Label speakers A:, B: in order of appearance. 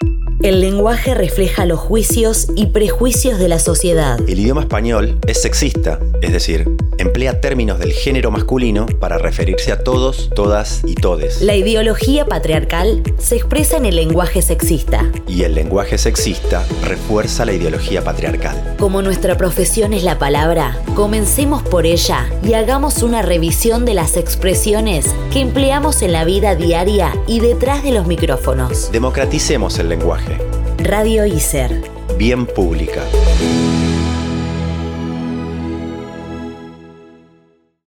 A: porque el lenguaje refleja los juicios y prejuicios de la sociedad.
B: El idioma español es sexista, es decir, emplea términos del género masculino para referirse a todos, todas y todes.
A: La ideología patriarcal se expresa en el lenguaje sexista.
B: Y el lenguaje sexista refuerza la ideología patriarcal.
A: Como nuestra profesión es la palabra, comencemos por ella y hagamos una revisión de las expresiones que empleamos en la vida diaria y detrás de los micrófonos.
B: Democraticemos el lenguaje.
A: Radio ICER.
B: Bien pública.